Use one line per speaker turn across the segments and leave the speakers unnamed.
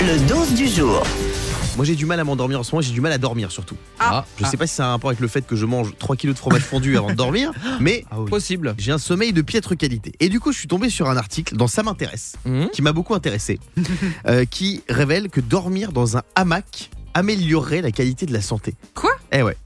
Le 12 du jour.
Moi j'ai du mal à m'endormir en ce moment, j'ai du mal à dormir surtout.
Ah,
Je sais pas si ça a un rapport avec le fait que je mange 3 kilos de fromage fondu avant de dormir, mais
Ah possible.
j'ai un sommeil de piètre qualité. Et du coup je suis tombé sur un article dans Ça m'intéresse,
Mhm.
qui m'a beaucoup intéressé, euh, qui révèle que dormir dans un hamac améliorerait la qualité de la santé.
Quoi
Eh ouais.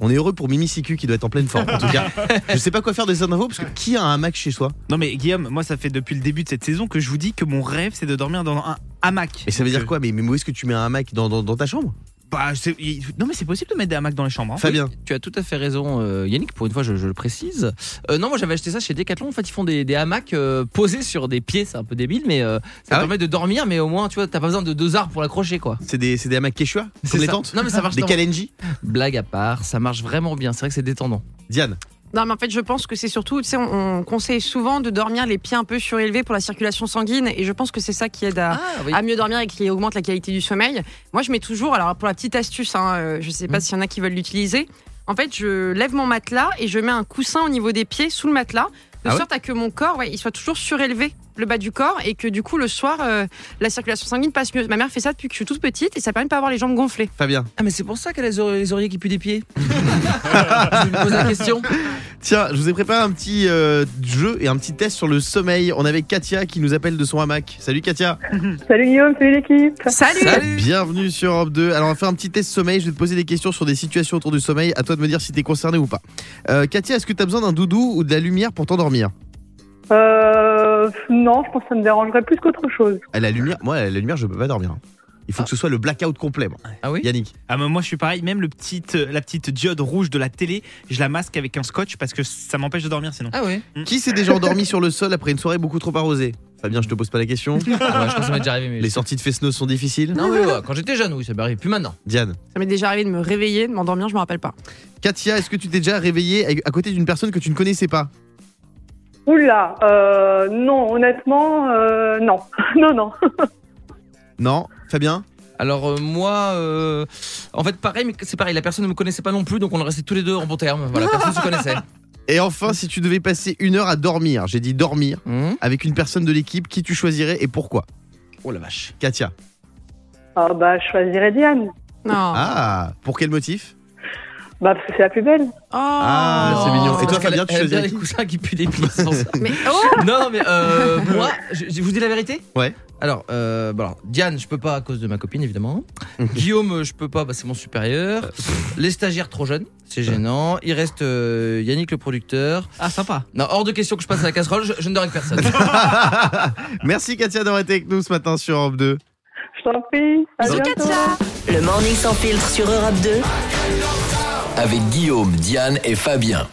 On est heureux pour Mimi Siku qui doit être en pleine forme en tout cas. je sais pas quoi faire de cette info parce que qui a un hamac chez soi
Non mais Guillaume, moi ça fait depuis le début de cette saison que je vous dis que mon rêve c'est de dormir dans un hamac.
Et ça veut
Donc,
dire quoi mais, mais où est-ce que tu mets un hamac dans, dans- dans ta chambre
euh, bah, c'est- il- Non mais c'est possible de mettre des hamacs dans les chambres. hein.
Fabien,
Tu as tout à fait raison, euh, Yannick. Pour une fois, je, je le précise. Euh, non, moi j'avais acheté ça chez Decathlon. En fait, ils font des, des hamacs euh, posés sur des pieds. C'est un peu débile, mais euh,
Ah
ça
ouais
permet de dormir. Mais au moins, tu vois, t'as pas besoin de deux arbres pour l'accrocher, quoi.
c'est des, c'est des hamacs quechua
C'est
Comme les
ça.
tentes
Non, mais ça marche.
Des
dans-
kalenji
Blague à part, ça marche vraiment bien. C'est vrai que c'est détendant.
Diane
Non, mais en fait, je pense que c'est surtout, tu sais, on, on conseille souvent de dormir les pieds un peu surélevés pour la circulation sanguine, et je pense que c'est ça qui aide à,
Ah.
Ah oui.
à mieux dormir et qui augmente la qualité du sommeil. Moi, je mets toujours, alors pour la petite astuce, hein, euh, je sais pas
Mm.
s'il y en a qui veulent l'utiliser. En fait, je lève mon matelas et je mets un coussin au niveau des pieds sous le matelas, de
Ah ouais
sorte à que mon corps, ouais, il soit toujours surélevé le bas du corps et que du coup le soir euh, la circulation sanguine passe mieux. Ma mère fait ça depuis que je suis toute petite et ça permet de pas avoir les jambes gonflées.
Fabien.
Ah, mais c'est pour ça qu'elle a les, oreillers- les oreillers qui puent des pieds. je me pose la question.
Tiens, je vous ai préparé un petit euh, jeu et un petit test sur le sommeil. On est avec Katia qui nous appelle de son hamac. Salut Katia.
Salut Guillaume, salut l'équipe.
Salut,
Bienvenue sur Europe 2. Alors on va faire un petit test sommeil. Je vais te poser des questions sur des situations autour du sommeil. À toi de me dire si t'es concerné ou pas. Euh, Katia, est-ce que t'as besoin d'un doudou ou de la lumière pour t'endormir
Euh, non, je pense que ça me dérangerait plus qu'autre chose.
À Eh, la lumière, moi, à la lumière, je peux pas dormir. hein. Il faut que ce soit le blackout complet. moi.
Ah oui
Yannick.
Ah, mais moi je suis pareil, même le petit, euh, la petite diode rouge de la télé, je la masque avec un scotch parce que ça m'empêche de dormir sinon.
Ah oui.
Qui s'est déjà endormi sur le sol après une soirée beaucoup trop arrosée Fabien, je te pose pas la question.
Ah Ouais, je pense que ça m'est déjà arrivé. Mais
Les sorties de Fesnos sont difficiles.
Non, mais ouais, quand j'étais jeune, oui, ça m'est arrivé. Plus maintenant.
Diane.
Ça m'est déjà arrivé de me réveiller, de m'endormir, je me rappelle pas.
Katia, est-ce que tu t'es déjà réveillée avec- à côté d'une personne que tu ne connaissais pas
Oula, euh, non, honnêtement, euh, non. non, non.
Non, Fabien
Alors euh, moi, euh, en fait pareil, mais c'est pareil, la personne ne me connaissait pas non plus, donc on restait tous les deux en bon terme. Voilà, personne se connaissait.
Et enfin, si tu devais passer une heure à dormir, j'ai dit dormir,
Hum.
avec une personne de l'équipe, qui tu choisirais et pourquoi
Oh la vache.
Katia.
Ah bah, je choisirais Diane.
Non.
Ah, pour quel motif
Bah, parce que c'est la plus belle.
Ah, c'est mignon. Et toi,
Parce qu'elle-
Fabien, tu
elle aime
choisirais
bien les
qui
coussins qui puent des pieds. c'est pour ça.
Mais oh
non, mais euh, moi, je, je vous dis la vérité.
Ouais.
Alors, euh, bon, alors, Diane, je peux pas à cause de ma copine évidemment.
Mhm.
Guillaume, euh, je peux pas, bah, c'est mon
Euh.
supérieur. Les stagiaires trop jeunes, c'est gênant. Il reste euh, Yannick le producteur.
Ah, sympa.
Non, hors de question que je passe à la casserole, je, je ne dors avec personne.
Merci Katia d'avoir été avec nous ce matin sur Europe 2.
Je t'en prie. À
bisous,
bientôt.
Katia.
Le morning sans filtre sur Europe 2.
avec Guillaume, Diane et Fabien.